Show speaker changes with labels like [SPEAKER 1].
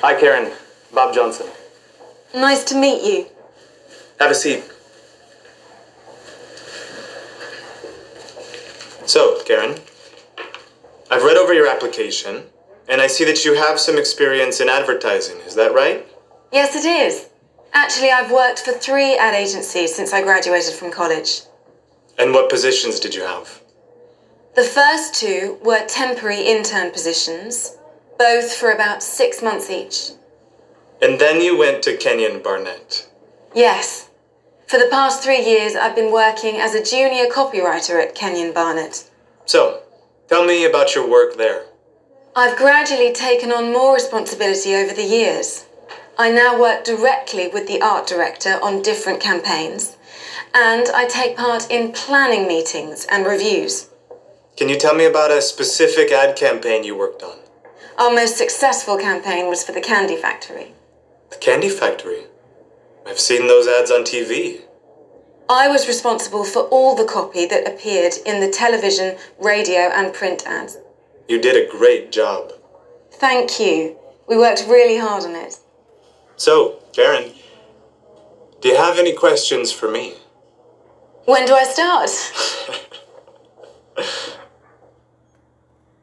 [SPEAKER 1] Hi, Karen. Bob Johnson.
[SPEAKER 2] Nice to meet you.
[SPEAKER 1] Have a seat. So, Karen, I've read over your application, and I see that you have some experience in advertising. Is that right?
[SPEAKER 2] Yes, it is. Actually, I've worked for three ad agencies since I graduated from college.
[SPEAKER 1] And what positions did you have?
[SPEAKER 2] The first two were temporary intern positions, both for about six months each.
[SPEAKER 1] And then you went to Kenyon Barnett.
[SPEAKER 2] Yes. For the past three years, I've been working as a junior copywriter at Kenyon Barnett.
[SPEAKER 1] So, tell me about your work there.
[SPEAKER 2] I've gradually taken on more responsibility over the years. I now work directly with the art director on different campaigns, and I take part in planning meetings and reviews.
[SPEAKER 1] Can you tell me about a specific ad campaign you worked on?
[SPEAKER 2] Our most successful campaign was for the Candy Factory.
[SPEAKER 1] The Candy Factory. I've seen those ads on TV.
[SPEAKER 2] I was responsible for all the copy that appeared in the television, radio, and print ads.
[SPEAKER 1] You did a great job.
[SPEAKER 2] Thank you. We worked really hard on it.
[SPEAKER 1] So, Karen, do you have any questions for me?
[SPEAKER 2] When do I start?